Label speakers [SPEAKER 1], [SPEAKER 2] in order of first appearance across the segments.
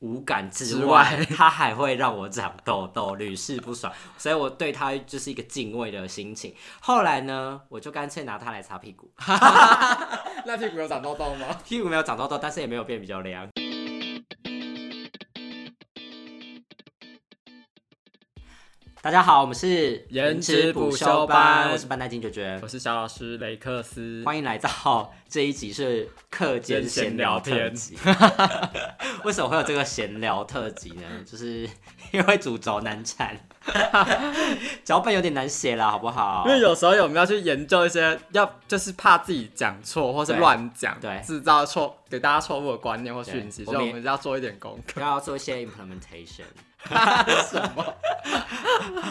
[SPEAKER 1] 无感之
[SPEAKER 2] 之
[SPEAKER 1] 外
[SPEAKER 2] 外，
[SPEAKER 1] 它还会让我长痘痘，屡试不爽，所以我对它就是一个敬畏的心情。后来呢，我就干脆拿它来擦屁股，
[SPEAKER 2] 那屁股有长痘痘吗？
[SPEAKER 1] 屁股没有长痘痘，但是也没有变比较凉。大家好，我们是
[SPEAKER 2] 颜值
[SPEAKER 1] 值
[SPEAKER 2] 补
[SPEAKER 1] 修
[SPEAKER 2] 修班
[SPEAKER 1] 我是班代金绝绝
[SPEAKER 2] 我，是小老师雷克斯，
[SPEAKER 1] 欢迎来到 这一集是课间闲聊特辑。 为什么会有这个闲聊特辑呢？就是 因为主轴难产， 脚本有点难写啦，好不好
[SPEAKER 2] 因？为有时候我们要去研究一些，要就是怕自己讲错或是
[SPEAKER 1] 对
[SPEAKER 2] 乱讲，
[SPEAKER 1] 对
[SPEAKER 2] 制造错给大家错误的观念或讯息，
[SPEAKER 1] 对
[SPEAKER 2] 所以
[SPEAKER 1] 我们
[SPEAKER 2] 我们要做一点功课。
[SPEAKER 1] 要做一些 implementation。
[SPEAKER 2] 什么？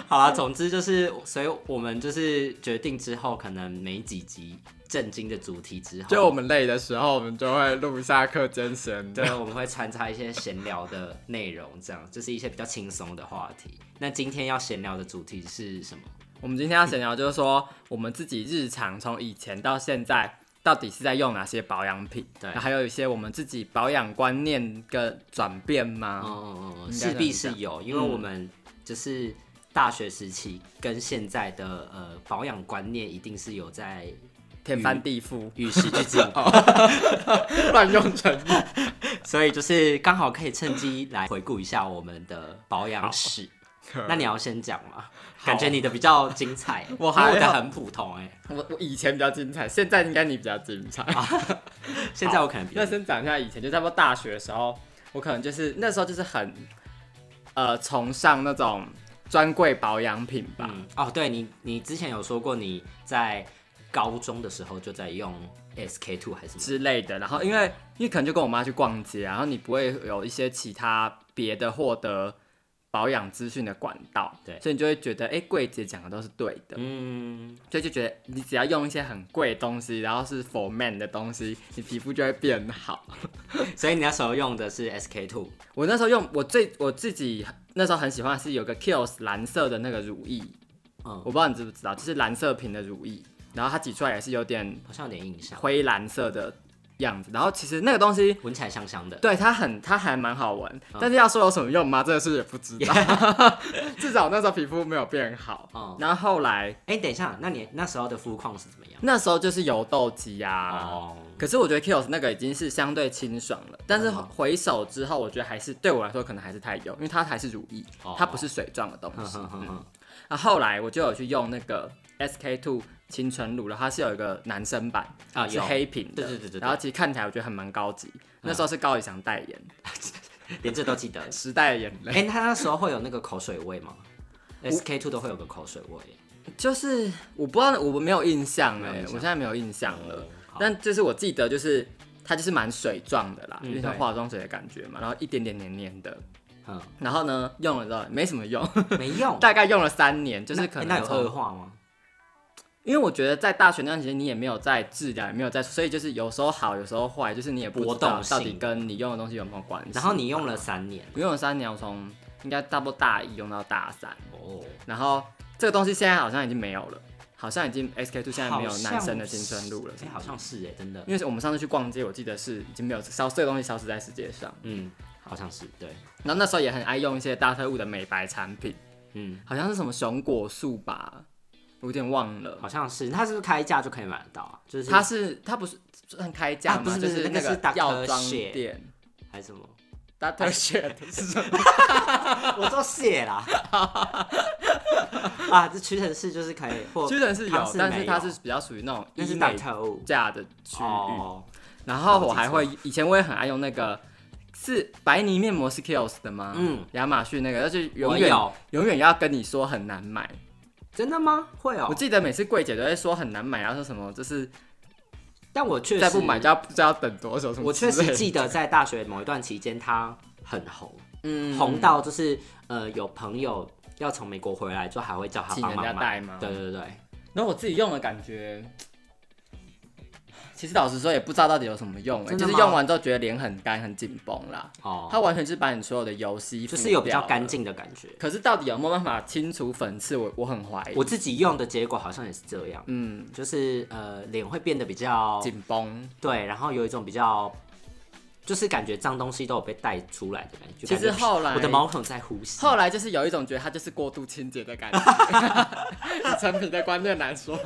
[SPEAKER 1] 好啦，总之就是，所以我们就是决定之后，可能每几集震惊的主题之后，
[SPEAKER 2] 就我们累的时候，我们就会录一下课间闲聊。
[SPEAKER 1] 对，我们会穿插一些闲聊的内容，这样就是一些比较轻松的话题。那今天要闲聊的主题是什么？
[SPEAKER 2] 我们今天要闲聊就是说，我们自己日常从以前到现在，到底是在用哪些保养品？
[SPEAKER 1] 对
[SPEAKER 2] 然后还有一些我们自己保养观念的转变吗？
[SPEAKER 1] 嗯嗯嗯，
[SPEAKER 2] 啊应该
[SPEAKER 1] 势
[SPEAKER 2] 这
[SPEAKER 1] 必
[SPEAKER 2] 样嗯
[SPEAKER 1] 是
[SPEAKER 2] 讲
[SPEAKER 1] 有，因为我们就是大学时期跟现在的呃保养观念一定是有在
[SPEAKER 2] 天翻地覆，
[SPEAKER 1] 与时俱进，
[SPEAKER 2] 乱用成语。
[SPEAKER 1] 所以就是刚好可以趁机来回顾一下我们的保养史。那你要先讲嘛，感觉你的比较精彩，
[SPEAKER 2] 我
[SPEAKER 1] 因为
[SPEAKER 2] 还
[SPEAKER 1] 我的
[SPEAKER 2] 好
[SPEAKER 1] 很普通哎、
[SPEAKER 2] 我我以前比较精彩，现在应该你比较精彩。
[SPEAKER 1] 啊现在我可能比较
[SPEAKER 2] 那先讲一下以前，就差不多大学的时候，我可能就是那时候就是很，呃，崇尚那种专柜保养品吧。
[SPEAKER 1] 嗯哦，对你你之前有说过你在高中的时候就在用 SK two 还是什么？
[SPEAKER 2] 之类的。然后因为因为可能就跟我妈去逛街啊，然后你不会有一些其他别的获得保养资讯的管道，
[SPEAKER 1] 对
[SPEAKER 2] 所以你就会觉得，哎、柜姐讲的都是对的，
[SPEAKER 1] 嗯，
[SPEAKER 2] 所以就觉得你只要用一些很贵的东西，然后是 for man 的东西，你皮肤就会变好。
[SPEAKER 1] 所以你那时候用的是 SK two，
[SPEAKER 2] 我那时候用我最我自己那时候很喜欢的是有个 Kills 蓝色的那个乳液，
[SPEAKER 1] 嗯
[SPEAKER 2] 我，不知道你知不知道，就是蓝色瓶的乳液，然后它挤出来也是有点
[SPEAKER 1] 好像有点印象，
[SPEAKER 2] 灰蓝色的样子，然后其实那个东西
[SPEAKER 1] 闻起来香香的。
[SPEAKER 2] 对它很，它还蛮好闻，
[SPEAKER 1] 嗯
[SPEAKER 2] 但是要说有什么用吗？真的是也不知道。 至少那时候皮肤没有变好。
[SPEAKER 1] 嗯
[SPEAKER 2] 然后后来
[SPEAKER 1] 哎、等一下，那你那时候的肤况是怎么样？
[SPEAKER 2] 那时候就是油痘肌啊，
[SPEAKER 1] 哦，
[SPEAKER 2] 可是我觉得 Kills 那个已经是相对清爽了，但是
[SPEAKER 1] 嗯
[SPEAKER 2] 回首之后，我觉得还是对我来说可能还是太油，因为它还是乳液
[SPEAKER 1] 哦，嗯
[SPEAKER 2] 它不是水状的东
[SPEAKER 1] 哼
[SPEAKER 2] 西。
[SPEAKER 1] 哼哼哼
[SPEAKER 2] 那后来我就有去用那个 SK two 清纯乳，然后它是有一个男生版，
[SPEAKER 1] 啊，
[SPEAKER 2] 是
[SPEAKER 1] 有
[SPEAKER 2] 黑瓶的，
[SPEAKER 1] 对对对对对嗯
[SPEAKER 2] 然后其实看起来我觉得还蛮高级。那时候是高以翔代言，
[SPEAKER 1] 连这都记 得。
[SPEAKER 2] 时代的眼泪。
[SPEAKER 1] 哎、那他那时候会有那个口水味吗？SK two 都会有个口水味。
[SPEAKER 2] 就是我不知道，我没有印象
[SPEAKER 1] 没有
[SPEAKER 2] 哎、
[SPEAKER 1] 印象
[SPEAKER 2] 我现在没有印象了。
[SPEAKER 1] 好
[SPEAKER 2] 但就是我记得，就是它就是蛮水状的啦，
[SPEAKER 1] 嗯
[SPEAKER 2] 因为像
[SPEAKER 1] 对
[SPEAKER 2] 化妆水的感觉嘛，然后一点点黏黏的。
[SPEAKER 1] 嗯，
[SPEAKER 2] 然后呢，用了之后也没什么用，
[SPEAKER 1] 没用，
[SPEAKER 2] 大概用了三年，就
[SPEAKER 1] 那
[SPEAKER 2] 是可
[SPEAKER 1] 哎
[SPEAKER 2] 能
[SPEAKER 1] 那有
[SPEAKER 2] 从
[SPEAKER 1] 恶化吗？
[SPEAKER 2] 因为我觉得在大学那段时间你也没有在治疗，也没有在，所以就是有时候好，有时候坏，就是你也不
[SPEAKER 1] 波
[SPEAKER 2] 知道
[SPEAKER 1] 动性
[SPEAKER 2] 到底跟你用的东西有没有关系。
[SPEAKER 1] 然后你用了三年
[SPEAKER 2] 我用了三年，我从应该差不多大一用到大三，
[SPEAKER 1] 哦，
[SPEAKER 2] 然后这个东西现在好像已经没有了，好像已经 SK two 现在没有
[SPEAKER 1] 好像
[SPEAKER 2] 男生的青春露了
[SPEAKER 1] 哎、。好像是哎、真的，
[SPEAKER 2] 因为我们上次去逛街，我记得是已经没有消这个东西消失在世界上。
[SPEAKER 1] 嗯，好像是对，
[SPEAKER 2] 然后那时候也很爱用一些大特务的美白产品，
[SPEAKER 1] 嗯，
[SPEAKER 2] 好像是什么熊果素吧，我有点忘了。
[SPEAKER 1] 好像是。它是不是开价就可以买得到啊？就是
[SPEAKER 2] 它是它不是算开价
[SPEAKER 1] 啊
[SPEAKER 2] 吗？
[SPEAKER 1] 不是不
[SPEAKER 2] 就是是
[SPEAKER 1] 那个是
[SPEAKER 2] 个
[SPEAKER 1] Dr.
[SPEAKER 2] 药妆
[SPEAKER 1] Shea
[SPEAKER 2] 店。
[SPEAKER 1] 还是什么？
[SPEAKER 2] Doctor Shit 是什么？
[SPEAKER 1] 我说谢啦。 啊，这屈臣氏就是可以， 或
[SPEAKER 2] 屈臣氏
[SPEAKER 1] 康
[SPEAKER 2] 有，
[SPEAKER 1] 氏
[SPEAKER 2] 但
[SPEAKER 1] 没
[SPEAKER 2] 是
[SPEAKER 1] 有
[SPEAKER 2] 它是比较属于那种
[SPEAKER 1] 那是
[SPEAKER 2] 医
[SPEAKER 1] 大
[SPEAKER 2] 美
[SPEAKER 1] 特务
[SPEAKER 2] 价的区域。
[SPEAKER 1] 哦，
[SPEAKER 2] 然后我还会，以前我也很爱用那个是白泥面膜是 Kills 的吗？
[SPEAKER 1] 嗯，
[SPEAKER 2] 亚马逊那个，但是永
[SPEAKER 1] 我
[SPEAKER 2] 远
[SPEAKER 1] 有
[SPEAKER 2] 永远要跟你说很难买。
[SPEAKER 1] 真的吗？会
[SPEAKER 2] 我
[SPEAKER 1] 哦，
[SPEAKER 2] 记得每次柜姐都会说很难买，然后说什么就是
[SPEAKER 1] 但我确实
[SPEAKER 2] 再不买就要不知道等多久什么。
[SPEAKER 1] 我确实，记得在大学某一段期间，它很红，
[SPEAKER 2] 嗯
[SPEAKER 1] 红到就是呃，有朋友要从美国回来，就还会叫他
[SPEAKER 2] 请
[SPEAKER 1] 帮
[SPEAKER 2] 人家
[SPEAKER 1] 忙买。
[SPEAKER 2] 带吗？
[SPEAKER 1] 对。对对，
[SPEAKER 2] 然后我自己用的感觉，其实老实说也不知道到底有什么用、欸，
[SPEAKER 1] 真
[SPEAKER 2] 就
[SPEAKER 1] 的
[SPEAKER 2] 是
[SPEAKER 1] 吗
[SPEAKER 2] 用完之后觉得脸很干很紧绷啦。
[SPEAKER 1] 哦，
[SPEAKER 2] 它完全是把你所有的油吸，
[SPEAKER 1] 就是有比较干。净的感觉。
[SPEAKER 2] 可是到底有没有办法清除粉刺，我我很怀疑。
[SPEAKER 1] 我自己用的结果好像也是这样，
[SPEAKER 2] 嗯，
[SPEAKER 1] 就是呃，脸会变得比较
[SPEAKER 2] 紧绷，
[SPEAKER 1] 对，然后有一种比较就是感觉脏东西都有被带出来的感觉。
[SPEAKER 2] 其实后来
[SPEAKER 1] 我的毛孔在呼吸，
[SPEAKER 2] 后来就是有一种觉得它就是过度清洁的 感觉，以成品的观念来说。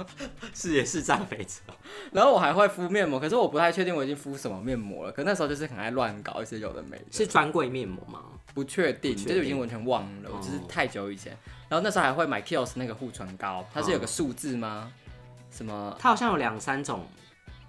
[SPEAKER 1] 是也是张肥皂，
[SPEAKER 2] 然后我还会敷面膜，可是我不太确定我已经敷什么面膜了。可那时候就是很爱乱搞一些有的没的，
[SPEAKER 1] 是专柜面膜吗？
[SPEAKER 2] 不确定，
[SPEAKER 1] 不确哦
[SPEAKER 2] 就是已经完全忘了，我就是太久以前。然后那时候还会买 Kiehl's 那个护唇膏，它是有个数字
[SPEAKER 1] 哦
[SPEAKER 2] 吗？什么？
[SPEAKER 1] 它好像有两三种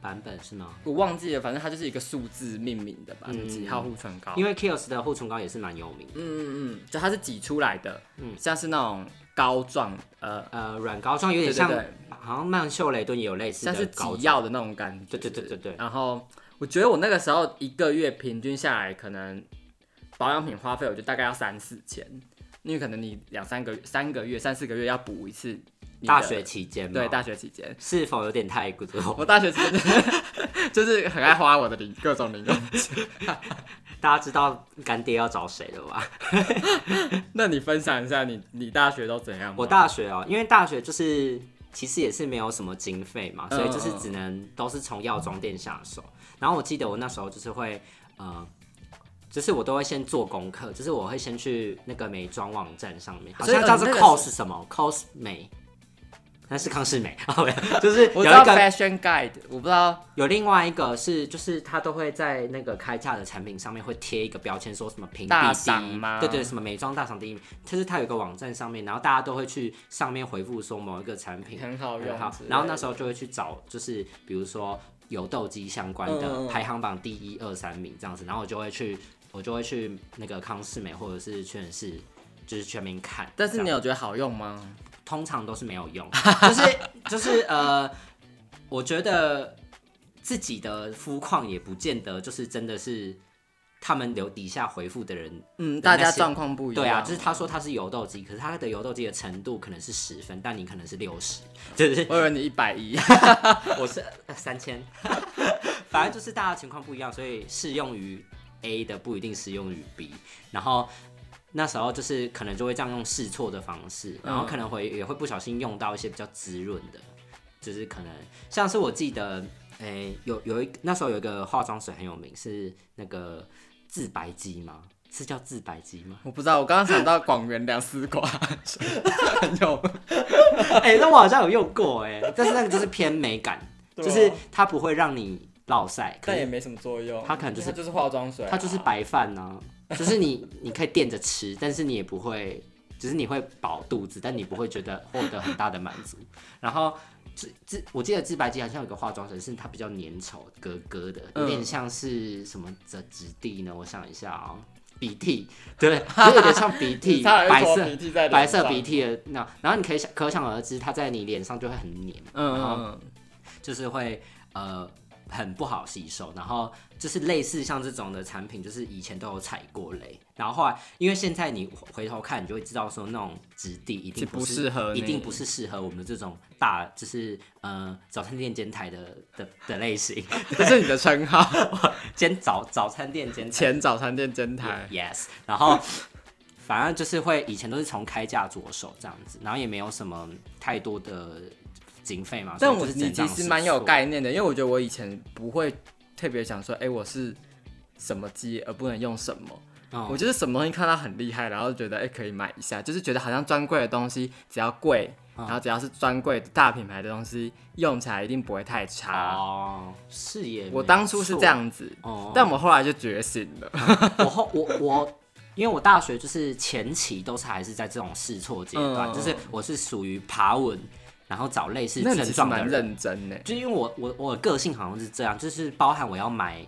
[SPEAKER 1] 版本是吗？
[SPEAKER 2] 我忘记了，反正它就是一个数字命名的吧，什么几号护唇膏。
[SPEAKER 1] 嗯因为 Kiehl's 的护唇膏也是蛮有名的，
[SPEAKER 2] 嗯嗯嗯，就它是挤出来的，
[SPEAKER 1] 嗯
[SPEAKER 2] 像是那种膏状，呃，
[SPEAKER 1] 呃，软膏状有点
[SPEAKER 2] 对对
[SPEAKER 1] 像
[SPEAKER 2] 对，
[SPEAKER 1] 好像曼秀雷敦也有类似
[SPEAKER 2] 像
[SPEAKER 1] 的
[SPEAKER 2] 是
[SPEAKER 1] 膏状。
[SPEAKER 2] 挤药的那种感觉。
[SPEAKER 1] 对对对对对，
[SPEAKER 2] 然后我觉得我那个时候一个月平均下来，可能保养品花费，我觉得大概要三四千，因为可能你两三个月、三个月、三四个月要补一次你的。
[SPEAKER 1] 大学期间嘛
[SPEAKER 2] 对大学期间，
[SPEAKER 1] 是否有点太多？
[SPEAKER 2] 我大学期间就是 就是很爱花我的零各种零用。
[SPEAKER 1] 大家知道干爹要找谁了吧？
[SPEAKER 2] 那你分享一下你你大学都怎样吗？
[SPEAKER 1] 我大学哦、因为大学就是其实也是没有什么经费嘛，
[SPEAKER 2] 嗯
[SPEAKER 1] 所以就是只能都是从药妆店下手。然后我记得我那时候就是会呃。就是我都会先做功课，就是我会先去那个美妆网站上面，好
[SPEAKER 2] 所以
[SPEAKER 1] 像叫做
[SPEAKER 2] 呃那个
[SPEAKER 1] cos 什么 cos 美，那是康世美， 就是有
[SPEAKER 2] 我
[SPEAKER 1] 一
[SPEAKER 2] 知道
[SPEAKER 1] 个
[SPEAKER 2] Fashion Guide，我不知道
[SPEAKER 1] 有另外一个是，就是他都会在那个开价的产品上面会贴一个标签，说什么屏
[SPEAKER 2] 大
[SPEAKER 1] 蔽
[SPEAKER 2] 赏
[SPEAKER 1] 第一，
[SPEAKER 2] 吗
[SPEAKER 1] 对对，什么美妆大赏第一名，就是他有一个网站上面，然后大家都会去上面回复说某一个产品
[SPEAKER 2] 很嗯好用
[SPEAKER 1] 很好
[SPEAKER 2] 之类，的，
[SPEAKER 1] 然后那时候就会去找，就是比如说油痘肌相关
[SPEAKER 2] 嗯嗯
[SPEAKER 1] 的
[SPEAKER 2] 嗯
[SPEAKER 1] 排行榜第一二三名这样子，然后我就会去，我就会去那个康士美或者是屈臣氏，就是全民看，
[SPEAKER 2] 但是
[SPEAKER 1] 这样
[SPEAKER 2] 你有觉得好用吗？
[SPEAKER 1] 通常都是没有用， 就是就是呃，我觉得自己的肤况也不见得就是真的是他们留底下回复的人，
[SPEAKER 2] 嗯，
[SPEAKER 1] 对
[SPEAKER 2] 大
[SPEAKER 1] 那
[SPEAKER 2] 家
[SPEAKER 1] 些
[SPEAKER 2] 状况不一样。
[SPEAKER 1] 对啊，就是他说他是油痘肌，可是他的油痘肌的程度可能是十分，但你可能是六十，就是
[SPEAKER 2] 我以为你一百一，
[SPEAKER 1] 我是呃三千， 反正就是大家情况不一样，所以适用于 A 的不一定适用于 B，然后。那时候就是可能就会这样用试错的方式，然
[SPEAKER 2] 嗯
[SPEAKER 1] 后可能会也会不小心用到一些比较滋润的，就是可能像是我记得，诶、有有一那时候有一个化妆水很有名，是那个自白肌吗？是叫自白肌吗？
[SPEAKER 2] 我不知道，我刚刚想到广元良丝瓜，很有
[SPEAKER 1] 哎、那我好像有用过哎、但是那个就是偏美感，
[SPEAKER 2] 对啊
[SPEAKER 1] 就是它不会让你落晒，可
[SPEAKER 2] 但
[SPEAKER 1] 是
[SPEAKER 2] 也没什么作用。
[SPEAKER 1] 它可能就是
[SPEAKER 2] 因为它就是化妆水啊、
[SPEAKER 1] 它就是白饭呢、就是你 你可以垫着吃，但是你也不会，只、是你会饱肚子，但你不会觉得获得很大的满足。然后自自我记得自白肌好像有个化妆水是它比较粘稠格格的，有点像是什么的质地呢？我想一下啊、鼻涕，对，就有点像鼻 涕，
[SPEAKER 2] 它有一
[SPEAKER 1] 白
[SPEAKER 2] 坨
[SPEAKER 1] 色
[SPEAKER 2] 鼻涕在
[SPEAKER 1] 白色鼻
[SPEAKER 2] 涕，
[SPEAKER 1] 涕的那，然后你可以想可想而知，它在你脸上就会很黏。
[SPEAKER 2] 嗯
[SPEAKER 1] 然后
[SPEAKER 2] 嗯
[SPEAKER 1] 就是会呃很不好吸收，然后就是类似像这种的产品，就是以前都有踩过雷，然后后来因为现在你回头看，你就会知道说那种质地一定
[SPEAKER 2] 是不适合你
[SPEAKER 1] 一定不是适合我们这种大就是呃早餐店煎台的的的类型，
[SPEAKER 2] 嗯，这 是你的称号，
[SPEAKER 1] 煎早早餐店煎台
[SPEAKER 2] 前早餐店煎台。
[SPEAKER 1] Yes，然后反正就是会以前都是从开价着手这样子，然后也没有什么太多的经费嘛，
[SPEAKER 2] 但
[SPEAKER 1] 所
[SPEAKER 2] 我
[SPEAKER 1] 以就是整
[SPEAKER 2] 你其
[SPEAKER 1] 张
[SPEAKER 2] 实
[SPEAKER 1] 试
[SPEAKER 2] 蛮有
[SPEAKER 1] 错
[SPEAKER 2] 概念的，因为我觉得我以前不会特别想说，哎、我是什么鸡，而不能用什么。
[SPEAKER 1] 嗯
[SPEAKER 2] 我就是什么东西看到很厉害，然后觉得哎、可以买一下，就是觉得好像专柜的东西只要贵，然后只要是专柜的大品牌的东西，用起来一定不会太差。
[SPEAKER 1] 哦，是也没错。
[SPEAKER 2] 我当初是这样子，
[SPEAKER 1] 哦，
[SPEAKER 2] 但我后来就觉醒了。
[SPEAKER 1] 我后我我，因为我大学就是前期都是还是在这种试错阶段，
[SPEAKER 2] 嗯
[SPEAKER 1] 就是我是属于爬文，然后找类似
[SPEAKER 2] 那你
[SPEAKER 1] 症
[SPEAKER 2] 其实
[SPEAKER 1] 状的
[SPEAKER 2] 蛮
[SPEAKER 1] 人，
[SPEAKER 2] 认真呢。
[SPEAKER 1] 就因为我我我的个性好像是这样，就是包含我要买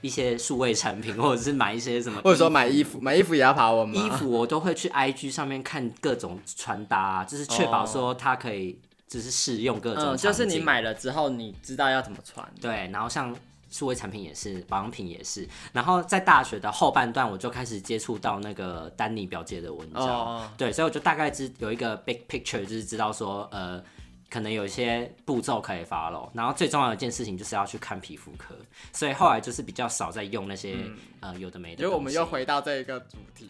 [SPEAKER 1] 一些数位产品，或者是买一些什么，
[SPEAKER 2] 或者说买衣服，买衣服也要爬文吗？
[SPEAKER 1] 衣服我都会去 IG 上面看各种穿搭、啊，就是确保说它可以就是适用各种场
[SPEAKER 2] 哦嗯，
[SPEAKER 1] 景、啊
[SPEAKER 2] 就是你买了之后，你知道要怎么穿。
[SPEAKER 1] 对，然后像数位产品也是，保养品也是。然后在大学的后半段，我就开始接触到那个丹尼表姐的文章，
[SPEAKER 2] 哦
[SPEAKER 1] 对，所以我就大概知有一个 big picture，就是知道说，呃，可能有一些步骤可以 follow。然后最重要的一件事情就是要去看皮肤科，所以后来就是比较少在用那些、呃有的没的
[SPEAKER 2] 嗯因为
[SPEAKER 1] 东西。
[SPEAKER 2] 我们又回到这一个主 题，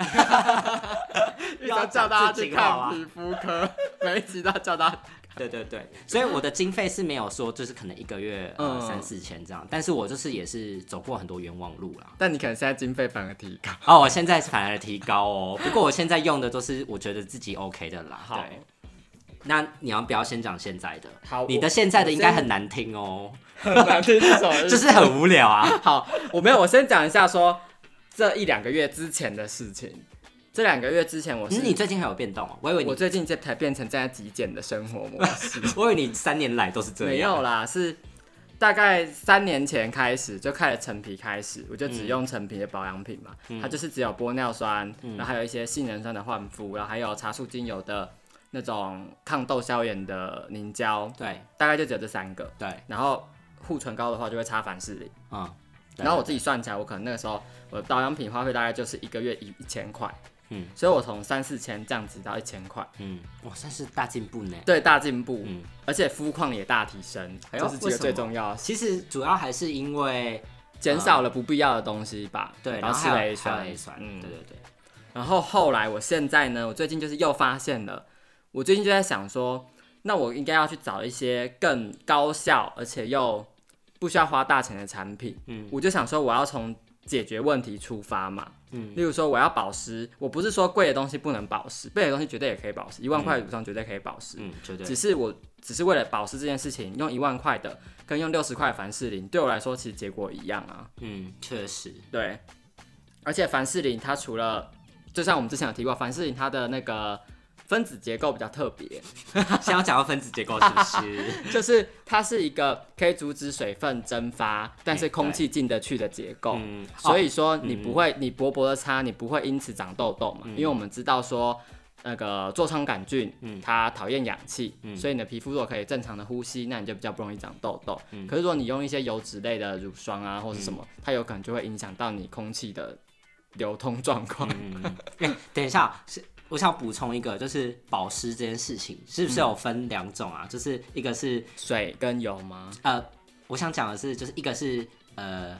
[SPEAKER 1] 又
[SPEAKER 2] 要
[SPEAKER 1] 要
[SPEAKER 2] 叫大家去
[SPEAKER 1] 讲自己好啊
[SPEAKER 2] 看皮肤科，每一集都要叫大家。
[SPEAKER 1] 对对对，所以我的经费是没有说就是可能一个月呃
[SPEAKER 2] 嗯
[SPEAKER 1] 三四千这样，但是我就是也是走过很多冤枉路啦。
[SPEAKER 2] 但你可能现在经费反而提高。
[SPEAKER 1] 哦，我现在反而提高哦，不过我现在用的都是我觉得自己 OK 的啦。
[SPEAKER 2] 好
[SPEAKER 1] 对，那你要不要先讲现在的？
[SPEAKER 2] 好，
[SPEAKER 1] 你
[SPEAKER 2] 我呃
[SPEAKER 1] 的现在的应该很难听哦，
[SPEAKER 2] 很难听是什么意思？
[SPEAKER 1] 就是很无聊啊。
[SPEAKER 2] 好，我没有，我先讲一下说这一两个月之前的事情。这两个月之 前，我
[SPEAKER 1] 可
[SPEAKER 2] 是
[SPEAKER 1] 是嗯你最近还有变动哦，我以为
[SPEAKER 2] 我
[SPEAKER 1] 你，
[SPEAKER 2] 最近这才变成这样极简的生活模式。
[SPEAKER 1] 我以为你三年来都是这
[SPEAKER 2] 没有
[SPEAKER 1] 样。
[SPEAKER 2] 啦，是大概三年前开始就开了陈皮开始，我就只用陈皮的保养品嘛，
[SPEAKER 1] 嗯
[SPEAKER 2] 它就是只有玻尿酸，然后还有一些杏仁酸的焕肤，然后还有茶树精油的那种抗痘消炎的凝胶，
[SPEAKER 1] 对
[SPEAKER 2] 大概就只有这三个。
[SPEAKER 1] 对，
[SPEAKER 2] 然后护唇膏的话就会擦凡士林。
[SPEAKER 1] 嗯。对
[SPEAKER 2] 然后我自己算起来，我可能那个时候我的保养品花费大概就是一个月一一千块，
[SPEAKER 1] 嗯
[SPEAKER 2] 嗯，所以我从三四千降值到一千块，
[SPEAKER 1] 嗯，哇，算是大进步呢。
[SPEAKER 2] 对，大进步，
[SPEAKER 1] 嗯
[SPEAKER 2] 而且肤况也大提升，
[SPEAKER 1] 哎呦
[SPEAKER 2] 这是几
[SPEAKER 1] 为什么
[SPEAKER 2] 个最重要，
[SPEAKER 1] 其实主要还是因为
[SPEAKER 2] 减少了不必要的东西吧，
[SPEAKER 1] 嗯对，
[SPEAKER 2] 然
[SPEAKER 1] 然后
[SPEAKER 2] 后吃
[SPEAKER 1] 还有
[SPEAKER 2] 了哦 A
[SPEAKER 1] 还
[SPEAKER 2] 酸
[SPEAKER 1] 有 A 酸，
[SPEAKER 2] 嗯
[SPEAKER 1] 对，对对，
[SPEAKER 2] 然后后来我现在呢，我最近就是又发现了，我最近就在想说，那我应该要去找一些更高效而且又不需要花大钱的产品，
[SPEAKER 1] 嗯
[SPEAKER 2] 我就想说我要从解决问题出发嘛，
[SPEAKER 1] 嗯
[SPEAKER 2] 例如说我要保湿，我不是说贵的东西不能保湿，贵的东西绝对也可以保湿，一万块以上绝对可以保湿。
[SPEAKER 1] 嗯，绝
[SPEAKER 2] 只
[SPEAKER 1] 对，
[SPEAKER 2] 是我只是为了保湿这件事情，用一万块的跟用六十块的凡士林，对我来说其实结果一样啊。
[SPEAKER 1] 嗯，确实，
[SPEAKER 2] 对，而且凡士林它除了，就像我们之前有提过，凡士林它的那个分子结构比较特别，
[SPEAKER 1] 想要讲到分子结构是不 是？嗯
[SPEAKER 2] 就是它是一个可以阻止水分蒸发，但是空气进得去的结构。
[SPEAKER 1] 嗯，
[SPEAKER 2] 哦所以说你不会，你薄薄的擦，你不会因此长痘痘嘛？因为我们知道说，那个痤疮杆菌，它讨厌氧气，所以你的皮肤如果可以正常的呼吸，那你就比较不容易长痘痘。可是如果你用一些油脂类的乳霜啊，或是什么，它有可能就会影响到你空气的流通状况。
[SPEAKER 1] 哎，等一下，是我想补充一个，就是保湿这件事情是不是
[SPEAKER 2] 嗯
[SPEAKER 1] 有分两种啊？就是一个是
[SPEAKER 2] 水跟油吗？
[SPEAKER 1] 呃，我想讲的是，就是一个是呃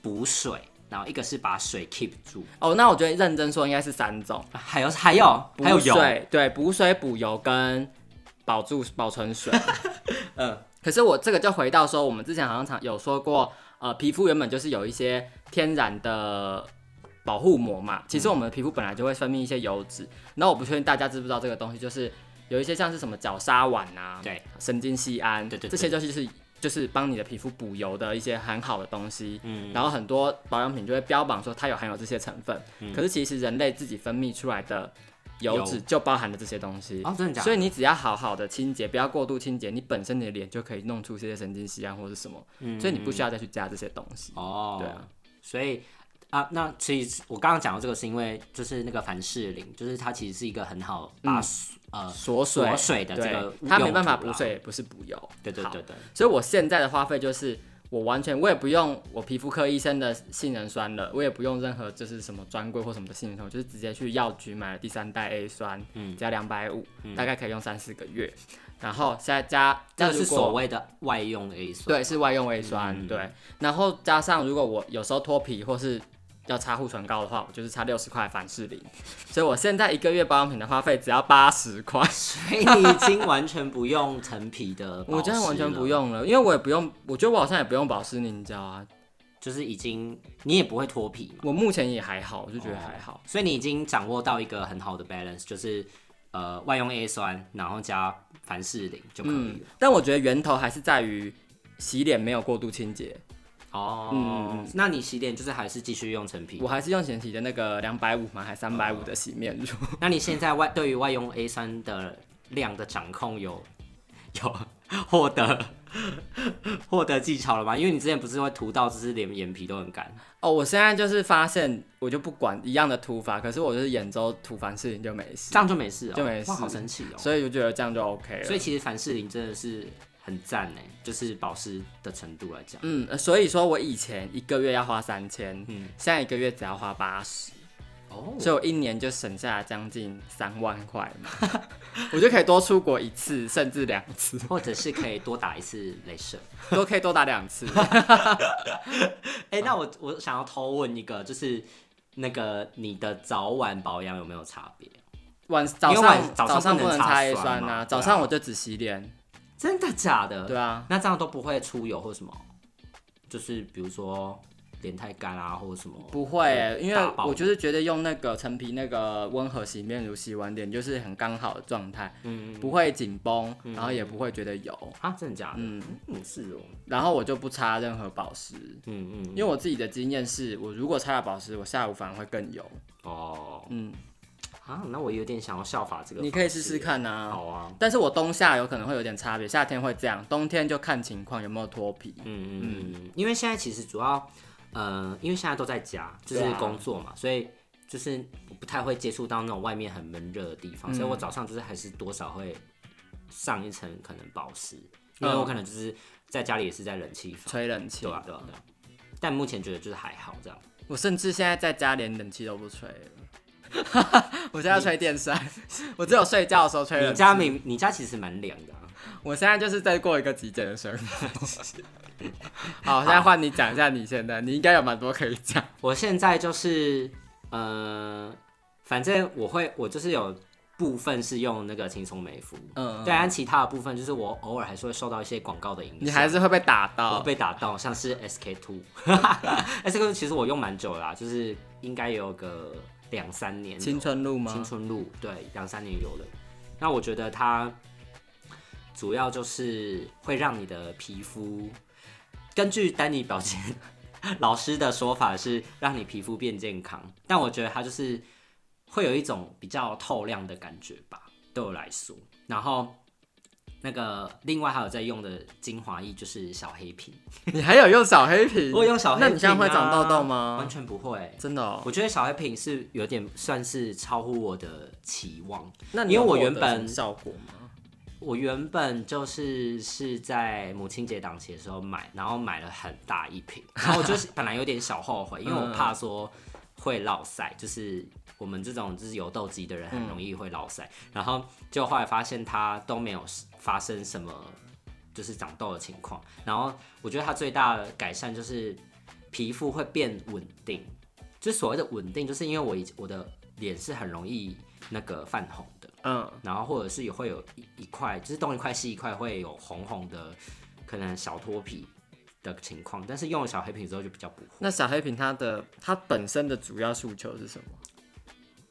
[SPEAKER 1] 补水，然后一个是把水 keep 住，
[SPEAKER 2] 哦，那我觉得认真说应该是三种，
[SPEAKER 1] 啊还有还有还有
[SPEAKER 2] 补
[SPEAKER 1] 油，
[SPEAKER 2] 水，对，补水、补油跟保住保 存水。
[SPEAKER 1] 嗯
[SPEAKER 2] 可是我这个就回到说，我们之前好像常有说过，呃，皮肤原本就是有一些天然的保护膜嘛。其
[SPEAKER 1] 嗯
[SPEAKER 2] 实我们的皮肤本来就会分泌一些油脂，然后我不确定大家知不知道这个东西，就是有一些像是什么角鲨烷啊，
[SPEAKER 1] 对，
[SPEAKER 2] 神经酰胺，
[SPEAKER 1] 对对对
[SPEAKER 2] 这些东西就是就是帮你的皮肤补油的一些很好的东西。
[SPEAKER 1] 嗯
[SPEAKER 2] 然后很多保养品就会标榜说它有含有这些成分，
[SPEAKER 1] 嗯
[SPEAKER 2] 可是其实人类自己分泌出来的油脂
[SPEAKER 1] 油
[SPEAKER 2] 就包含了这些东西。
[SPEAKER 1] 哦，真的假的？
[SPEAKER 2] 所以你只要好好的清洁，不要过度清洁，你本身你的脸就可以弄出这些神经酰胺或是什么，
[SPEAKER 1] 以
[SPEAKER 2] 所以你不需要再去加这些东西。
[SPEAKER 1] 嗯哦，
[SPEAKER 2] 对啊，
[SPEAKER 1] 所以啊，那其实我刚刚讲到这个是因为就是那个凡士林，就是它其实是一个很好把、呃
[SPEAKER 2] 嗯锁水，
[SPEAKER 1] 锁水的这
[SPEAKER 2] 对
[SPEAKER 1] 个
[SPEAKER 2] 它没
[SPEAKER 1] 用
[SPEAKER 2] 办法
[SPEAKER 1] 途
[SPEAKER 2] 补
[SPEAKER 1] 啦，
[SPEAKER 2] 水，也不是补油。
[SPEAKER 1] 啊对对
[SPEAKER 2] 好
[SPEAKER 1] 对对，
[SPEAKER 2] 所以我现在的花费就是，我完全我也不用我皮肤科医生的杏仁酸了，我也不用任何就是什么专柜或什么的杏仁酸，我就是直接去药局买了第三代 A 酸，
[SPEAKER 1] 嗯
[SPEAKER 2] 只要两百五，大概可以用三四个月。然后现在加，
[SPEAKER 1] 这个
[SPEAKER 2] 那
[SPEAKER 1] 是
[SPEAKER 2] 如果
[SPEAKER 1] 所谓的外用的意思。
[SPEAKER 2] 对，是外用微酸，
[SPEAKER 1] 嗯
[SPEAKER 2] 对。然后加上如果我有时候脱皮或是要擦护唇膏的话，我就是擦六十块凡士林，所以我现在一个月保养品的花费只要八十块，
[SPEAKER 1] 所以你已经完全不用陈皮的保湿了，
[SPEAKER 2] 我真的完全不用了，因为我也不用，我觉得我好像也不用保湿凝胶啊，
[SPEAKER 1] 就是已经你也不会脱皮嘛，
[SPEAKER 2] 我目前也还好，我就觉得还好。
[SPEAKER 1] 所以你已经掌握到一个很好的 balance，就是呃外用 A 酸，然后加凡士林就可以
[SPEAKER 2] 嗯
[SPEAKER 1] 了。，
[SPEAKER 2] 但我觉得源头还是在于洗脸没有过度清洁，
[SPEAKER 1] 哦，
[SPEAKER 2] 嗯
[SPEAKER 1] 那你洗脸就是还是继续用陈皮
[SPEAKER 2] 我还是用前提的那个两百五嘛，还三百五
[SPEAKER 1] 哦
[SPEAKER 2] 的洗面乳。
[SPEAKER 1] 那你现在外对于外用 A 酸的量的掌控有 有获得 获得技巧了吗？因为你之前不是会涂到，就是连眼皮都很干。
[SPEAKER 2] 哦，我现在就是发现，我就不管一样的涂法，可是我就是眼周涂凡士林就没事
[SPEAKER 1] 这。样就没事哦、
[SPEAKER 2] 就没事
[SPEAKER 1] 哇，好神奇哦、
[SPEAKER 2] 所以我觉得这样就 OK 了。
[SPEAKER 1] 所以其实凡士林真的是很赞呢，就是保湿的程度来讲，
[SPEAKER 2] 嗯，呃所以说我以前一个月要花三千，
[SPEAKER 1] 嗯
[SPEAKER 2] 嗯，现在一个月只要花八十，
[SPEAKER 1] 哦，
[SPEAKER 2] 所以我一年就省下将近三万块嘛， 我就可以多出国一次，甚至两 次，
[SPEAKER 1] 或者是可以多打一次镭射。
[SPEAKER 2] 都可以多打两次。
[SPEAKER 1] 哎、那我我想要偷问一个，就是那个你的早晚保养有没有差别？
[SPEAKER 2] 晚早
[SPEAKER 1] 因为晚
[SPEAKER 2] 上
[SPEAKER 1] 早上
[SPEAKER 2] 上
[SPEAKER 1] 不
[SPEAKER 2] 不
[SPEAKER 1] 能
[SPEAKER 2] 能
[SPEAKER 1] 擦
[SPEAKER 2] 擦 A
[SPEAKER 1] 酸
[SPEAKER 2] 酸
[SPEAKER 1] 嘛
[SPEAKER 2] 呐、
[SPEAKER 1] 对啊
[SPEAKER 2] 早上我就只洗脸，
[SPEAKER 1] 真的假的？
[SPEAKER 2] 对啊，
[SPEAKER 1] 那这样都不会出油或什么，就是比如说脸太干啊，或者什么。
[SPEAKER 2] 不会欸、因
[SPEAKER 1] 大
[SPEAKER 2] 为
[SPEAKER 1] 爆
[SPEAKER 2] 我就是觉得用那个陈皮那个温和洗面乳洗完脸，就是很刚好的状态，
[SPEAKER 1] 嗯
[SPEAKER 2] 不会紧绷，然后也不会觉得油。
[SPEAKER 1] 啊，真的假的？
[SPEAKER 2] 嗯，
[SPEAKER 1] 嗯，是哦，
[SPEAKER 2] 然后我就不擦任何保湿，
[SPEAKER 1] 嗯嗯，
[SPEAKER 2] 因为我自己的经验是，我如果擦了保湿，我下午反而会更油。
[SPEAKER 1] 哦
[SPEAKER 2] 嗯，
[SPEAKER 1] 啊，那我有点想要效法这个，
[SPEAKER 2] 你可以试试。看啊。
[SPEAKER 1] 好啊，
[SPEAKER 2] 但是我冬夏有可能会有点差别，夏天会这样，冬天就看情况有没有脱皮。
[SPEAKER 1] 嗯嗯嗯，因为现在其实主要，呃，因为现在都在家，就是
[SPEAKER 2] 对啊
[SPEAKER 1] 工作嘛，所以就是我不太会接触到那种外面很闷热的地方，所以我早上就是还是多少会上一层可能保湿，因为我可能就是在家里也是在冷气房，
[SPEAKER 2] 吹冷气
[SPEAKER 1] 对，啊对啊对啊，但目前觉得就是还好这样，
[SPEAKER 2] 我甚至现在在家连冷气都不吹了， 我现在吹电扇，我只有睡觉的时候吹
[SPEAKER 1] 你
[SPEAKER 2] 冷气。
[SPEAKER 1] 家明你家其实蛮凉的、啊，
[SPEAKER 2] 我现在就是在过一个极简的生活。好，现在换你讲一下你现在，你应该有蛮多可以讲。
[SPEAKER 1] 我现在就是呃，反正我会我就是有部分是用那个轻松美肤。
[SPEAKER 2] 嗯，
[SPEAKER 1] 对，但其他的部分就是我偶尔还是会受到一些广告的影响，
[SPEAKER 2] 你还是哦会被打
[SPEAKER 1] 我
[SPEAKER 2] 到。
[SPEAKER 1] 被打到，像是 SK Two，SK Two 其实我用蛮久了啦，就是应该有个两三年有，
[SPEAKER 2] 青春路吗？
[SPEAKER 1] 青春露，对，两三年有了。那我觉得它主要就是会让你的皮肤， 根据丹尼表现老师的说法是让你皮肤变健康，但我觉得它就是会有一种比较透亮的感觉吧，对我来说。然后那个另外还有在用的精华液就是小黑瓶，
[SPEAKER 2] 你还有用小黑瓶？
[SPEAKER 1] 我有用小黑瓶、
[SPEAKER 2] 嗯
[SPEAKER 1] 啊
[SPEAKER 2] 那你现在会长痘痘？吗
[SPEAKER 1] 完？全不会。
[SPEAKER 2] 真的哦。
[SPEAKER 1] 我觉得小黑瓶是有点算是超乎我的期望，
[SPEAKER 2] 那
[SPEAKER 1] 因为我原本
[SPEAKER 2] 效果吗？
[SPEAKER 1] 我原本就是是在母亲节档期的时候买，然后买了很大一瓶，然后我就是本来有点小后悔，因为我怕说会落腮，就是我们这种就是油痘肌的人很容易会落腮，然后就后来发现它都没有发生什么就是长痘的情况，然后我觉得它最大的改善就是皮肤会变稳定，就所谓的稳定，就是因为我以我的脸是很容易那个泛红的。
[SPEAKER 2] 嗯，
[SPEAKER 1] 然后或者是也会有一一块，就是东一块西一块，会有红红的，可能小脱皮的情况。但是用了小黑瓶之后就比较不会。
[SPEAKER 2] 那小黑瓶它的它本身的主要诉求是什么？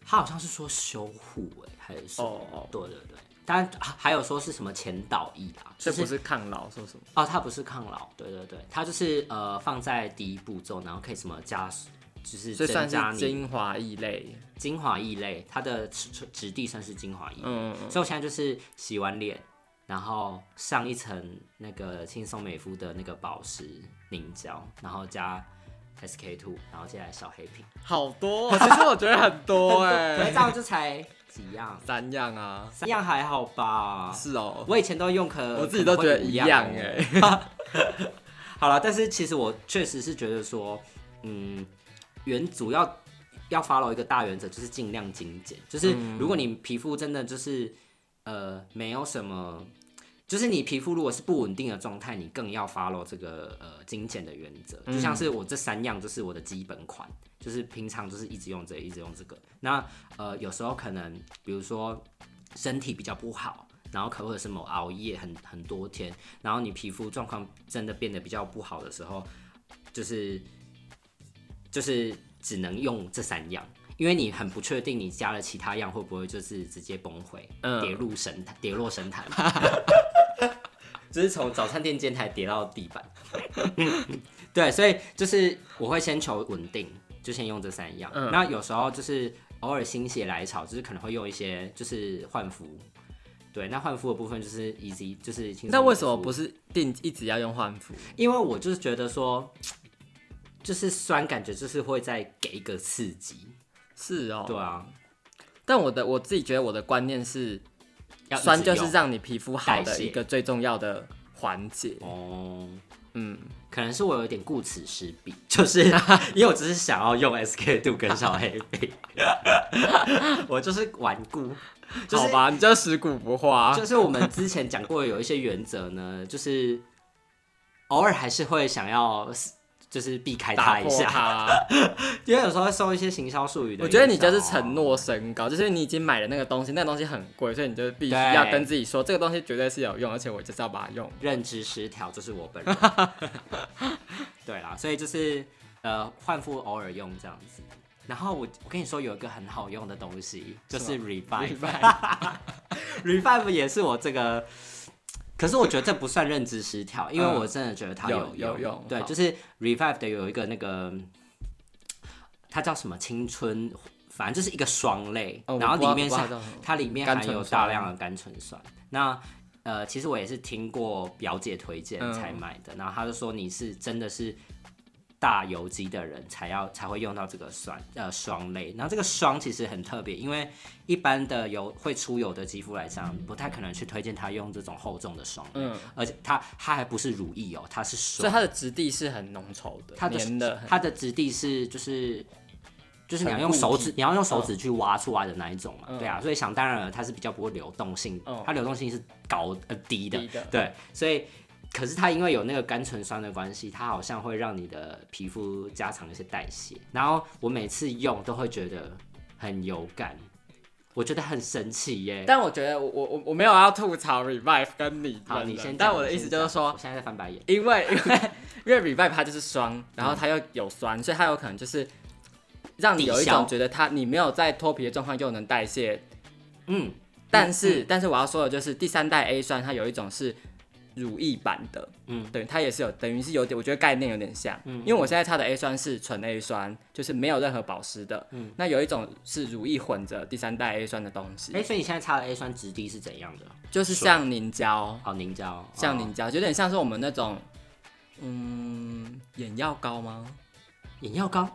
[SPEAKER 1] 它好像是说修护哎、还是什么？
[SPEAKER 2] 哦哦，
[SPEAKER 1] 对对对。当然啊还有说是什么前导液啦，
[SPEAKER 2] 这
[SPEAKER 1] 就
[SPEAKER 2] 不
[SPEAKER 1] 是
[SPEAKER 2] 是抗老，说什么？
[SPEAKER 1] 哦，它不是抗老，对对对，它就是呃放在第一步骤，然后可以什么加，就是
[SPEAKER 2] 所
[SPEAKER 1] 增
[SPEAKER 2] 以算
[SPEAKER 1] 加
[SPEAKER 2] 是
[SPEAKER 1] 你
[SPEAKER 2] 精华一类。
[SPEAKER 1] 精华液类，它的质质地算是精华液，
[SPEAKER 2] 嗯
[SPEAKER 1] 所以我现在就是洗完脸，然后上一层那个轻松美肤的那个保湿凝胶，然后加 SK two，然后接下来小黑瓶，
[SPEAKER 2] 好多、 哦，其实我觉得很多
[SPEAKER 1] 所以
[SPEAKER 2] 哎、
[SPEAKER 1] 这样就才几样，
[SPEAKER 2] 三样啊，
[SPEAKER 1] 三样还好吧？
[SPEAKER 2] 是哦，
[SPEAKER 1] 我以前都用可，
[SPEAKER 2] 我自己都觉得一样
[SPEAKER 1] 可能会五
[SPEAKER 2] 哎、
[SPEAKER 1] 好了，但是其实我确实是觉得说，嗯，原主要要 follow 一个大原则，就是尽量精简。就是如果你皮肤真的就是呃没有什么，就是你皮肤如果是不稳定的状态，你更要 follow 这个呃精简的原则。就像是我这三样，就是我的基本款，就是平常就是一直用这个，一直用这个。那呃有时候可能比如说身体比较不好。然后可或者是某熬夜很很多天，然后你皮肤状况真的变得比较不好的时候，就是就是只能用这三样，因为你很不确定你加了其他样会不会就是直接崩溃，
[SPEAKER 2] 嗯
[SPEAKER 1] 跌入神坛，跌落神坛，就是从早餐店煎台跌到地板。 对，所以就是我会先求稳定，就先用这三样。
[SPEAKER 2] 嗯
[SPEAKER 1] 那有时候就是偶尔心血来潮，就是可能会用一些就是换肤。对，那换肤的部分就是 easy，就是轻松
[SPEAKER 2] 那为什么
[SPEAKER 1] 肤
[SPEAKER 2] 不是定一直要用换肤？
[SPEAKER 1] 因为我就是觉得说，就是酸感觉就是会再给一个刺激，
[SPEAKER 2] 是哦，
[SPEAKER 1] 对啊，
[SPEAKER 2] 但我的我自己觉得我的观念是，
[SPEAKER 1] 要
[SPEAKER 2] 酸就是
[SPEAKER 1] 这
[SPEAKER 2] 让你皮肤好
[SPEAKER 1] 代
[SPEAKER 2] 的
[SPEAKER 1] 谢
[SPEAKER 2] 一个最重要的环节。
[SPEAKER 1] 哦，
[SPEAKER 2] 嗯，
[SPEAKER 1] 可能是我有一点顾此失彼，就是 因为我只是想要用 SK two 跟小黑 杯，我就是顽固，就是
[SPEAKER 2] 好吧，你就食古不化。
[SPEAKER 1] 就是我们之 前讲过有一些原则呢，就是偶尔还是会想要就是避开
[SPEAKER 2] 打
[SPEAKER 1] 它一
[SPEAKER 2] 破
[SPEAKER 1] 下，
[SPEAKER 2] 它。
[SPEAKER 1] 因为有时候会收一些行销术语的
[SPEAKER 2] 我
[SPEAKER 1] 营
[SPEAKER 2] 觉
[SPEAKER 1] 销。
[SPEAKER 2] 得你就是承诺升高，就是你已经买了那个东西，那个东西很贵，所以你就必须要
[SPEAKER 1] 对
[SPEAKER 2] 跟自己说，这个东西绝对是有用，而且我就是要把它用。
[SPEAKER 1] 认知失调就是我本人。 对啦，所以就是呃，换肤偶尔用这样子。然后我我跟你说有一个很好用的东西，就是是 revive。
[SPEAKER 2] 拜
[SPEAKER 1] revive 也是我这个，可是我觉得这不算认知失调，因为我真的觉得它
[SPEAKER 2] 嗯有
[SPEAKER 1] 有
[SPEAKER 2] 有
[SPEAKER 1] 用。
[SPEAKER 2] 用
[SPEAKER 1] 对，
[SPEAKER 2] 好
[SPEAKER 1] 就是 revive 的有一个那个，它叫什么青春，反正就是一个霜类，
[SPEAKER 2] 哦我
[SPEAKER 1] 然后
[SPEAKER 2] 不知道
[SPEAKER 1] 里面
[SPEAKER 2] 我
[SPEAKER 1] 是
[SPEAKER 2] 不知道叫什么
[SPEAKER 1] 它里面
[SPEAKER 2] 甘
[SPEAKER 1] 含
[SPEAKER 2] 醇
[SPEAKER 1] 有
[SPEAKER 2] 酸
[SPEAKER 1] 大量的甘醇酸。那呃，其实我也是听过表姐推荐
[SPEAKER 2] 嗯
[SPEAKER 1] 才买的，然后她就说你是真的是大油肌的人才要才会用到这个酸呃霜类，然后这个霜其实很特别，因为一般的油会出油的肌肤来讲，不太可能去推荐她用这种厚重的霜类，
[SPEAKER 2] 嗯
[SPEAKER 1] 而且它它还不是乳液哦，它是
[SPEAKER 2] 所以
[SPEAKER 1] 霜，
[SPEAKER 2] 它的质地是很浓稠的，
[SPEAKER 1] 它
[SPEAKER 2] 粘的
[SPEAKER 1] 的它的质地是就是。就是你要
[SPEAKER 2] 很
[SPEAKER 1] 用
[SPEAKER 2] 固
[SPEAKER 1] 手
[SPEAKER 2] 体
[SPEAKER 1] 指，你要用手指去挖出来的那一种嘛，
[SPEAKER 2] 嗯
[SPEAKER 1] 对啊，所以想当然了，它是比较不会流动性，
[SPEAKER 2] 嗯
[SPEAKER 1] 它流动性是高呃低的，
[SPEAKER 2] 低的。
[SPEAKER 1] 对，所以可是它因为有那个甘醇酸的关系，它好像会让你的皮肤加强一些代谢。然后我每次用都会觉得很有感，我觉得很神奇耶。
[SPEAKER 2] 但我觉得我我我我没有要吐槽 revive 跟你
[SPEAKER 1] 好，
[SPEAKER 2] 们
[SPEAKER 1] 你
[SPEAKER 2] 的
[SPEAKER 1] 先讲。
[SPEAKER 2] 但我的
[SPEAKER 1] 你
[SPEAKER 2] 意
[SPEAKER 1] 先
[SPEAKER 2] 思就是
[SPEAKER 1] 讲
[SPEAKER 2] 说
[SPEAKER 1] 我，现在在翻白眼。
[SPEAKER 2] 因为 因为因为 revive 它就是霜，然
[SPEAKER 1] 嗯
[SPEAKER 2] 后它又有酸，所以它有可能就是让你有一
[SPEAKER 1] 抵消
[SPEAKER 2] 种觉得它你没有在脱皮的状况又能代谢
[SPEAKER 1] 嗯，
[SPEAKER 2] 但是、但是我要说的就是第三代 A 酸，它有一种是乳液版的，
[SPEAKER 1] 嗯
[SPEAKER 2] 嗯，对，它也是有等于是有点，我觉得概念有点像，嗯，因为我现在擦的 A 酸是纯 A 酸，就是没有任何保湿的，嗯，那有一种是乳液混着第三代 A 酸的东西，
[SPEAKER 1] 哎、所以你现在擦的 A 酸质地是怎样的？
[SPEAKER 2] 就是像凝胶，
[SPEAKER 1] 好凝胶，
[SPEAKER 2] 像
[SPEAKER 1] 哦
[SPEAKER 2] 凝胶，有点像是我们那种，嗯，眼药膏吗？
[SPEAKER 1] 眼药膏，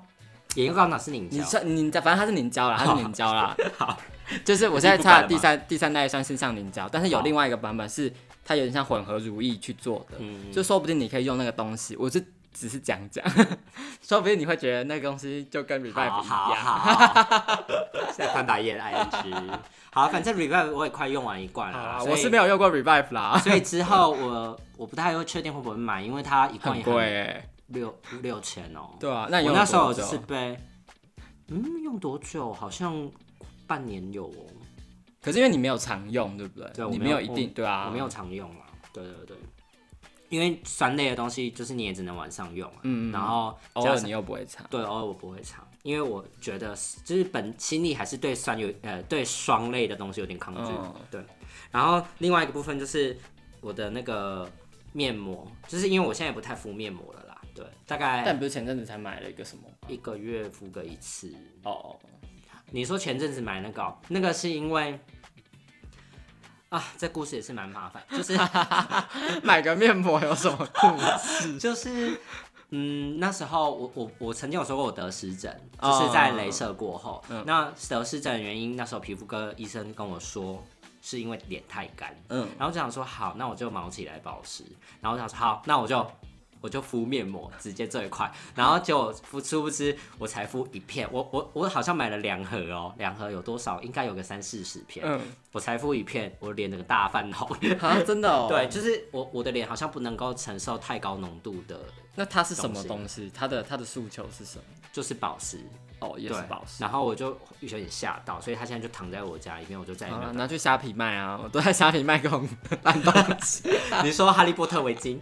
[SPEAKER 1] 眼药膏哪是凝
[SPEAKER 2] 你
[SPEAKER 1] 胶？
[SPEAKER 2] 算凝胶，反正它是凝胶啦，它是凝胶啦。
[SPEAKER 1] 好，
[SPEAKER 2] 就是我现在擦的
[SPEAKER 1] 已经
[SPEAKER 2] 第
[SPEAKER 1] 不
[SPEAKER 2] 三第三代算是像凝胶，但是有
[SPEAKER 1] 好
[SPEAKER 2] 另外一个版本是它有点像混合乳液去做的，
[SPEAKER 1] 嗯，
[SPEAKER 2] 就说不定你可以用那个东西。我是只是讲讲， 说不定你会觉得那个东西就跟 revive
[SPEAKER 1] 好
[SPEAKER 2] 一
[SPEAKER 1] 好
[SPEAKER 2] 样。
[SPEAKER 1] 好，现在翻白眼，ing。好， 反正 revive 我也快用完一罐了啦，
[SPEAKER 2] 啊，
[SPEAKER 1] 所以哦
[SPEAKER 2] 我是没有用过 revive 啦，
[SPEAKER 1] 所以之后我我不太会确定会不会买，因为它一罐
[SPEAKER 2] 很
[SPEAKER 1] 也
[SPEAKER 2] 贵
[SPEAKER 1] 很
[SPEAKER 2] 哎、
[SPEAKER 1] 六六千哦。
[SPEAKER 2] 对啊，那你
[SPEAKER 1] 我
[SPEAKER 2] 用
[SPEAKER 1] 那
[SPEAKER 2] 了
[SPEAKER 1] 时候
[SPEAKER 2] 多
[SPEAKER 1] 是
[SPEAKER 2] 久？
[SPEAKER 1] 被，嗯，用多久？好像半年有哦，
[SPEAKER 2] 可是因为你没有常用，对不对？
[SPEAKER 1] 对我
[SPEAKER 2] 你
[SPEAKER 1] 没
[SPEAKER 2] 没
[SPEAKER 1] 有
[SPEAKER 2] 有一定对啊，
[SPEAKER 1] 我没有常用啦。对对对，因为酸类的东西就是你也只能晚上用啊。
[SPEAKER 2] 嗯嗯
[SPEAKER 1] 然后
[SPEAKER 2] 偶
[SPEAKER 1] 加
[SPEAKER 2] 尔
[SPEAKER 1] 上
[SPEAKER 2] 你又不会擦。
[SPEAKER 1] 对，偶尔我不会尝，因为我觉得就是本心里还是对酸有呃对霜类的东西有点抗拒。
[SPEAKER 2] 嗯
[SPEAKER 1] 对，然后另外一个部分就是我的那个面膜，就是因为我现在也不太敷面膜了啦。对，大
[SPEAKER 2] 但
[SPEAKER 1] 概
[SPEAKER 2] 你不是前阵子才买了一个什么吗？
[SPEAKER 1] 一个月敷个一次。
[SPEAKER 2] 哦，
[SPEAKER 1] 你说前阵子买那个哦、那个是因为啊，这故事也是蛮麻烦，就是 哦
[SPEAKER 2] 买个面膜有什么酷？
[SPEAKER 1] 就是，嗯，那时候我我我曾经有说过我得湿疹，就
[SPEAKER 2] 哦嗯
[SPEAKER 1] 是在镭射过后。那得湿疹的原因，那时候皮肤科医生跟我说，是因为脸太干。
[SPEAKER 2] 嗯，
[SPEAKER 1] 然后我就想说，好，那我就毛起来保湿。然后我想说，好，那我就我就敷面膜，直接这一块。然后结果敷，殊不知我才敷一片，我我我好像买了两盒哦，两盒有多少？应该有个三四十片。
[SPEAKER 2] 嗯，
[SPEAKER 1] 我才敷一片，我脸整个大泛 红。
[SPEAKER 2] 啊，真的哦。
[SPEAKER 1] 对，，就是我我的脸好像不能够承受太高浓度的
[SPEAKER 2] 那它是什么
[SPEAKER 1] 东
[SPEAKER 2] 东西？它的它的诉求是什么？
[SPEAKER 1] 就是保湿，
[SPEAKER 2] 哦，也
[SPEAKER 1] 对，
[SPEAKER 2] 是保湿。
[SPEAKER 1] 然后我就有点吓到，所以他现在就躺在我家里面，我就再也
[SPEAKER 2] 好
[SPEAKER 1] 没
[SPEAKER 2] 啦
[SPEAKER 1] 有
[SPEAKER 2] 拿去虾皮卖啊！我都在虾皮卖这种烂东西。
[SPEAKER 1] 打。你说哈利波特围巾，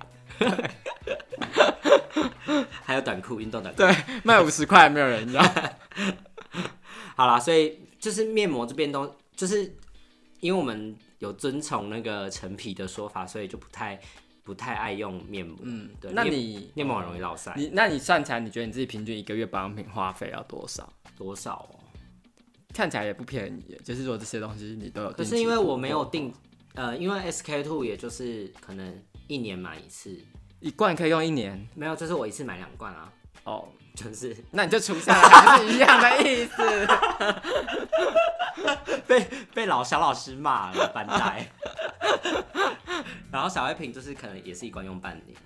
[SPEAKER 1] 还有短裤，运动短裤。
[SPEAKER 2] 对，卖五十块没有人要。
[SPEAKER 1] 好啦，所以就是面膜这边都就是因为我们有遵从那个陈皮的说法，所以就不太不太爱用面膜。嗯，对。
[SPEAKER 2] 那
[SPEAKER 1] 面
[SPEAKER 2] 你
[SPEAKER 1] 面膜很容易落腮，
[SPEAKER 2] 你那你算起来，你觉得你自己平均一个月保养品花费要多少？
[SPEAKER 1] 多少哦？
[SPEAKER 2] 看起来也不便宜耶，就是说这些东西你都有。
[SPEAKER 1] 可是因为我没有，定，呃，因为 SK two 也就是可能一年买一次，
[SPEAKER 2] 一罐可以用一年
[SPEAKER 1] 没有，就是我一次买两罐啊，
[SPEAKER 2] 哦，
[SPEAKER 1] 就是
[SPEAKER 2] 那你就除下来还是一样的意思。
[SPEAKER 1] 被 被老小老师骂了，班带。 然后小爱瓶就是可能也是一罐用半年，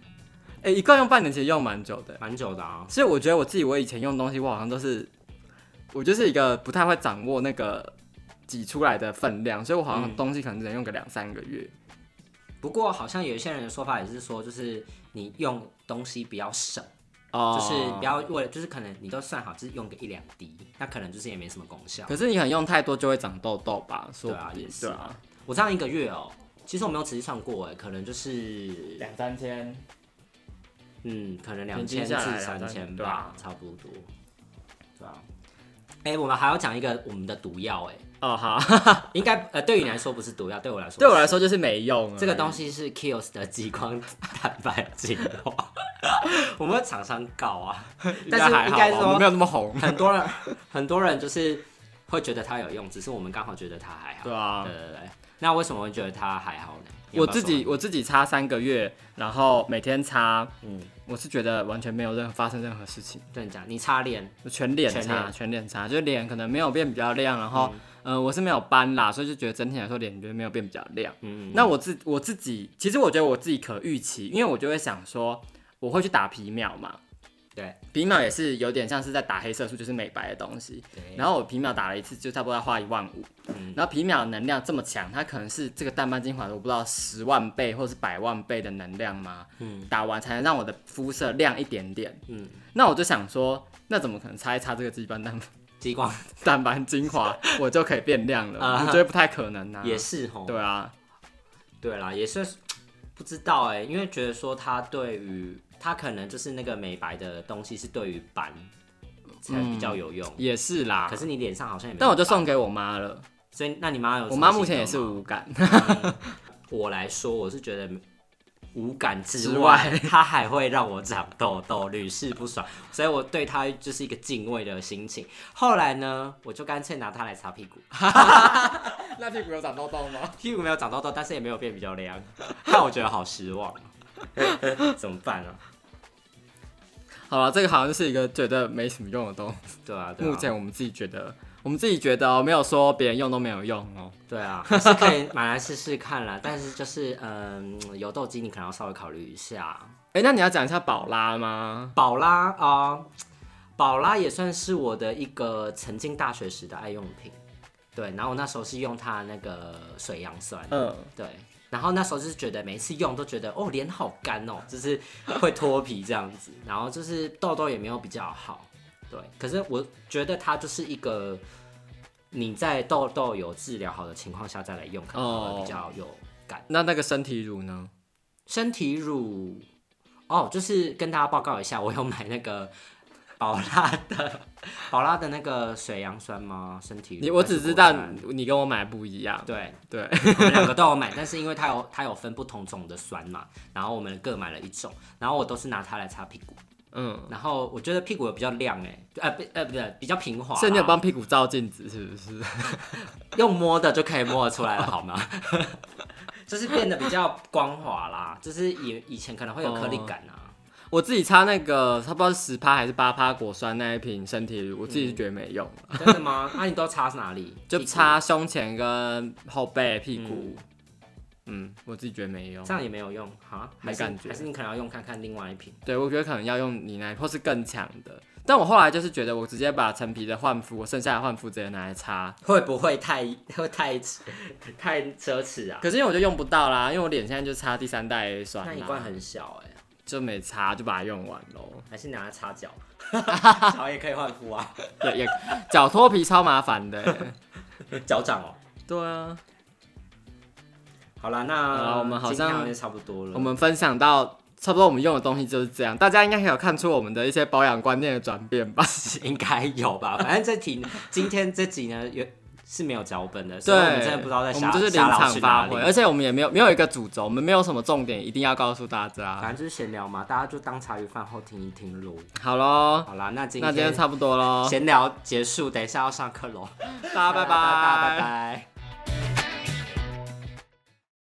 [SPEAKER 2] 哎、一罐用半年其实用蛮久的，
[SPEAKER 1] 蛮久的啊。
[SPEAKER 2] 所以我觉得我自己，我以前用东西，我好像都是，我就是一个不太会掌握那个挤出来的分量，所以我
[SPEAKER 1] 嗯
[SPEAKER 2] 好像东西可能只能用个两三个月。
[SPEAKER 1] 不过好像有一些人的说法也是说，就是你用东西比较省，
[SPEAKER 2] 哦
[SPEAKER 1] 就是不要为了，就是可能你都算好，就是用个一两滴，那可能就是也没什么功效。
[SPEAKER 2] 可是你可能用太多就会长痘痘吧？说
[SPEAKER 1] 对啊
[SPEAKER 2] 不定
[SPEAKER 1] 也是
[SPEAKER 2] 对啊，
[SPEAKER 1] 我这样一个月哦、其实我没有仔细算过哎，可能就是
[SPEAKER 2] 两三千，
[SPEAKER 1] 嗯，可能两
[SPEAKER 2] 平
[SPEAKER 1] 千
[SPEAKER 2] 均
[SPEAKER 1] 至
[SPEAKER 2] 下来
[SPEAKER 1] 三千
[SPEAKER 2] 2000对
[SPEAKER 1] 吧
[SPEAKER 2] 啊，
[SPEAKER 1] 差不多，对啊。哎、我们还要讲一个我们的毒药哎、
[SPEAKER 2] 哦好，
[SPEAKER 1] 应该呃对于你来说不是毒药，对我来说
[SPEAKER 2] 对我来
[SPEAKER 1] 是
[SPEAKER 2] 说就是没用。
[SPEAKER 1] 这个东西
[SPEAKER 2] 西，
[SPEAKER 1] 是 Kiehl's 的极 光蛋白精华， 我们会厂商告 啊，但是
[SPEAKER 2] 还好
[SPEAKER 1] 应该
[SPEAKER 2] 吧
[SPEAKER 1] 说
[SPEAKER 2] 我们没有那么红。
[SPEAKER 1] 很多人很多人就是会觉得它有用，只是我们刚好觉得它还好。
[SPEAKER 2] 对啊
[SPEAKER 1] 对，对对，那为什么会觉得它还好呢？你有
[SPEAKER 2] 我
[SPEAKER 1] 没有
[SPEAKER 2] 自己
[SPEAKER 1] 说
[SPEAKER 2] 我自己擦三个月，然后每天擦，
[SPEAKER 1] 嗯，
[SPEAKER 2] 我是觉得完全没有任何发生任何事情。
[SPEAKER 1] 对你讲，你擦脸，
[SPEAKER 2] 就全脸
[SPEAKER 1] 全
[SPEAKER 2] 擦，
[SPEAKER 1] 脸
[SPEAKER 2] 全脸擦，就脸可能没有变比较亮，然后、呃我是没有斑啦，所以就觉得整体来说脸就没有变比较亮。
[SPEAKER 1] 嗯，
[SPEAKER 2] 那我自我自己，其实我觉得我自己可预期，因为我就会想说，我会去打皮秒嘛，
[SPEAKER 1] 对
[SPEAKER 2] 皮秒也是有点像是在打黑色素，就是美白的东西。
[SPEAKER 1] 对，
[SPEAKER 2] 然后我皮秒打了一次，就差不多要花一万五。
[SPEAKER 1] 嗯
[SPEAKER 2] 然后皮秒能量这么强，它可能是这个淡斑精华，我不知道十万倍或是百万倍的能量吗？
[SPEAKER 1] 嗯
[SPEAKER 2] 打完才能让我的肤色亮一点点。
[SPEAKER 1] 嗯，
[SPEAKER 2] 那我就想说，那怎么可能擦一擦这个肌斑蛋
[SPEAKER 1] 激光
[SPEAKER 2] 蛋白精华，我就可以变亮了？
[SPEAKER 1] 啊
[SPEAKER 2] 我觉得不太可能 呐、
[SPEAKER 1] 也是吼，
[SPEAKER 2] 对啊，
[SPEAKER 1] 对啦，也是不知道哎、因为觉得说它对于它可能就是那个美白的东西是对于斑才比较有用，
[SPEAKER 2] 也是啦
[SPEAKER 1] 可。是你脸上好像也没有，
[SPEAKER 2] 嗯但我就送给我妈了，
[SPEAKER 1] 所以那你哦妈有什么心得吗？
[SPEAKER 2] 我妈目前也是无感。
[SPEAKER 1] 我来说，我是觉得无感之
[SPEAKER 2] 之
[SPEAKER 1] 外
[SPEAKER 2] 外，
[SPEAKER 1] 它还会让我长痘痘，屡试不爽，所以我对它就是一个敬畏的心情。后来呢，我就干脆拿它来擦屁股，
[SPEAKER 2] 那屁股有长痘痘吗？
[SPEAKER 1] 屁股没有长痘痘，但是也没有变比较亮， 但我觉得好失望， 怎么办啊？
[SPEAKER 2] 好了，这个好像就是一个觉得没什么用的东西。
[SPEAKER 1] 对啊，对啊
[SPEAKER 2] 目前我们自己觉得，我们自己觉得、哦，没有说别人用都没有用哦。
[SPEAKER 1] 对啊，还是可以买来试试看啦。但是就是，嗯，油痘肌你可能要稍微考虑一下。
[SPEAKER 2] 哎、那你要讲一下宝拉吗？
[SPEAKER 1] 宝拉啊、宝拉也算是我的一个曾经大学时的爱用品。对，然后我那时候是用它的那个水杨酸，
[SPEAKER 2] 嗯，
[SPEAKER 1] 对，然后那时候就是觉得每次用都觉得哦脸好干哦，就是会脱皮这样子， 然后就是痘痘也没有比较好，对。可是我觉得它就是一个你在痘痘有治疗好的情况下再来用，可能会比较有感。
[SPEAKER 2] 那那个身体乳呢？
[SPEAKER 1] 身体乳哦，就是跟大家报告一下，我有买那个 宝拉的宝拉的那个水杨酸吗？身体乳
[SPEAKER 2] 你我
[SPEAKER 1] 还是
[SPEAKER 2] 只知
[SPEAKER 1] 果
[SPEAKER 2] 道
[SPEAKER 1] 酸
[SPEAKER 2] 你跟我买不一样。
[SPEAKER 1] 对，
[SPEAKER 2] 对，
[SPEAKER 1] 我们两个都有买， 但是因为它有它有分不同种的酸嘛，然后我们各买了一种，然后我都是拿它来擦屁股，
[SPEAKER 2] 嗯，
[SPEAKER 1] 然后我觉得屁股有比较亮哎、呃不呃不对，比较平滑啦，
[SPEAKER 2] 所以你有帮屁股照镜子是不是？
[SPEAKER 1] 用摸的就可以摸得出来了好 吗？就是变得比较光滑啦，就是以以前可能会有颗粒感啊。
[SPEAKER 2] 我自己擦那个差不多十趴还是八趴果酸那一瓶身体乳，我自己是觉得没用，
[SPEAKER 1] 真的吗？ 啊那、你都擦哪里？
[SPEAKER 2] 就
[SPEAKER 1] 屁股
[SPEAKER 2] 擦胸前跟后背、屁股。嗯我自己觉得没用
[SPEAKER 1] 这。样也没有用哈，还是
[SPEAKER 2] 没感觉
[SPEAKER 1] 还是你可能要用看看另外一瓶。
[SPEAKER 2] 对，我觉得可能要用你那，或是更强的。但我后来就是觉得，我直接把陈皮的焕肤，我剩下的焕肤直接拿来擦。
[SPEAKER 1] 会不会太 会太太奢侈啊？
[SPEAKER 2] 可是因为我就用不到啦，因为我脸现在就擦第三代 A 酸啦，
[SPEAKER 1] 那一罐很小哎、
[SPEAKER 2] 就没擦，就把它用完喽。
[SPEAKER 1] 还是拿来擦 脚，脚也可以换肤啊，
[SPEAKER 2] 对，也脚脱皮超麻烦的欸。
[SPEAKER 1] 脚掌哦。
[SPEAKER 2] 对啊，
[SPEAKER 1] 好啦，
[SPEAKER 2] 好
[SPEAKER 1] 那
[SPEAKER 2] 啦我们好像
[SPEAKER 1] 今天像差不多了。
[SPEAKER 2] 我们分享到差不多，我们用的东西就是这样。大家应该可以有看出我们的一些保养观念的转变吧？
[SPEAKER 1] 应该有吧？反正这题 今天这集呢有是没有脚本的，所以我们真的不知道在
[SPEAKER 2] 我
[SPEAKER 1] 瞎
[SPEAKER 2] 们就是临
[SPEAKER 1] 瞎聊
[SPEAKER 2] 场
[SPEAKER 1] 去哪
[SPEAKER 2] 发挥，
[SPEAKER 1] 里。
[SPEAKER 2] 而且我们也没有没有一个主轴，我们没有什么重点一定要告诉大家。
[SPEAKER 1] 反正就是闲聊嘛，大家就当茶余饭后听一听喽。
[SPEAKER 2] 好喽，
[SPEAKER 1] 好啦，那今
[SPEAKER 2] 那今天
[SPEAKER 1] 天
[SPEAKER 2] 差不多喽，
[SPEAKER 1] 闲聊结束，等一下要上课喽。
[SPEAKER 2] 啊大家拜
[SPEAKER 1] 大家
[SPEAKER 2] 拜
[SPEAKER 1] 拜。拜。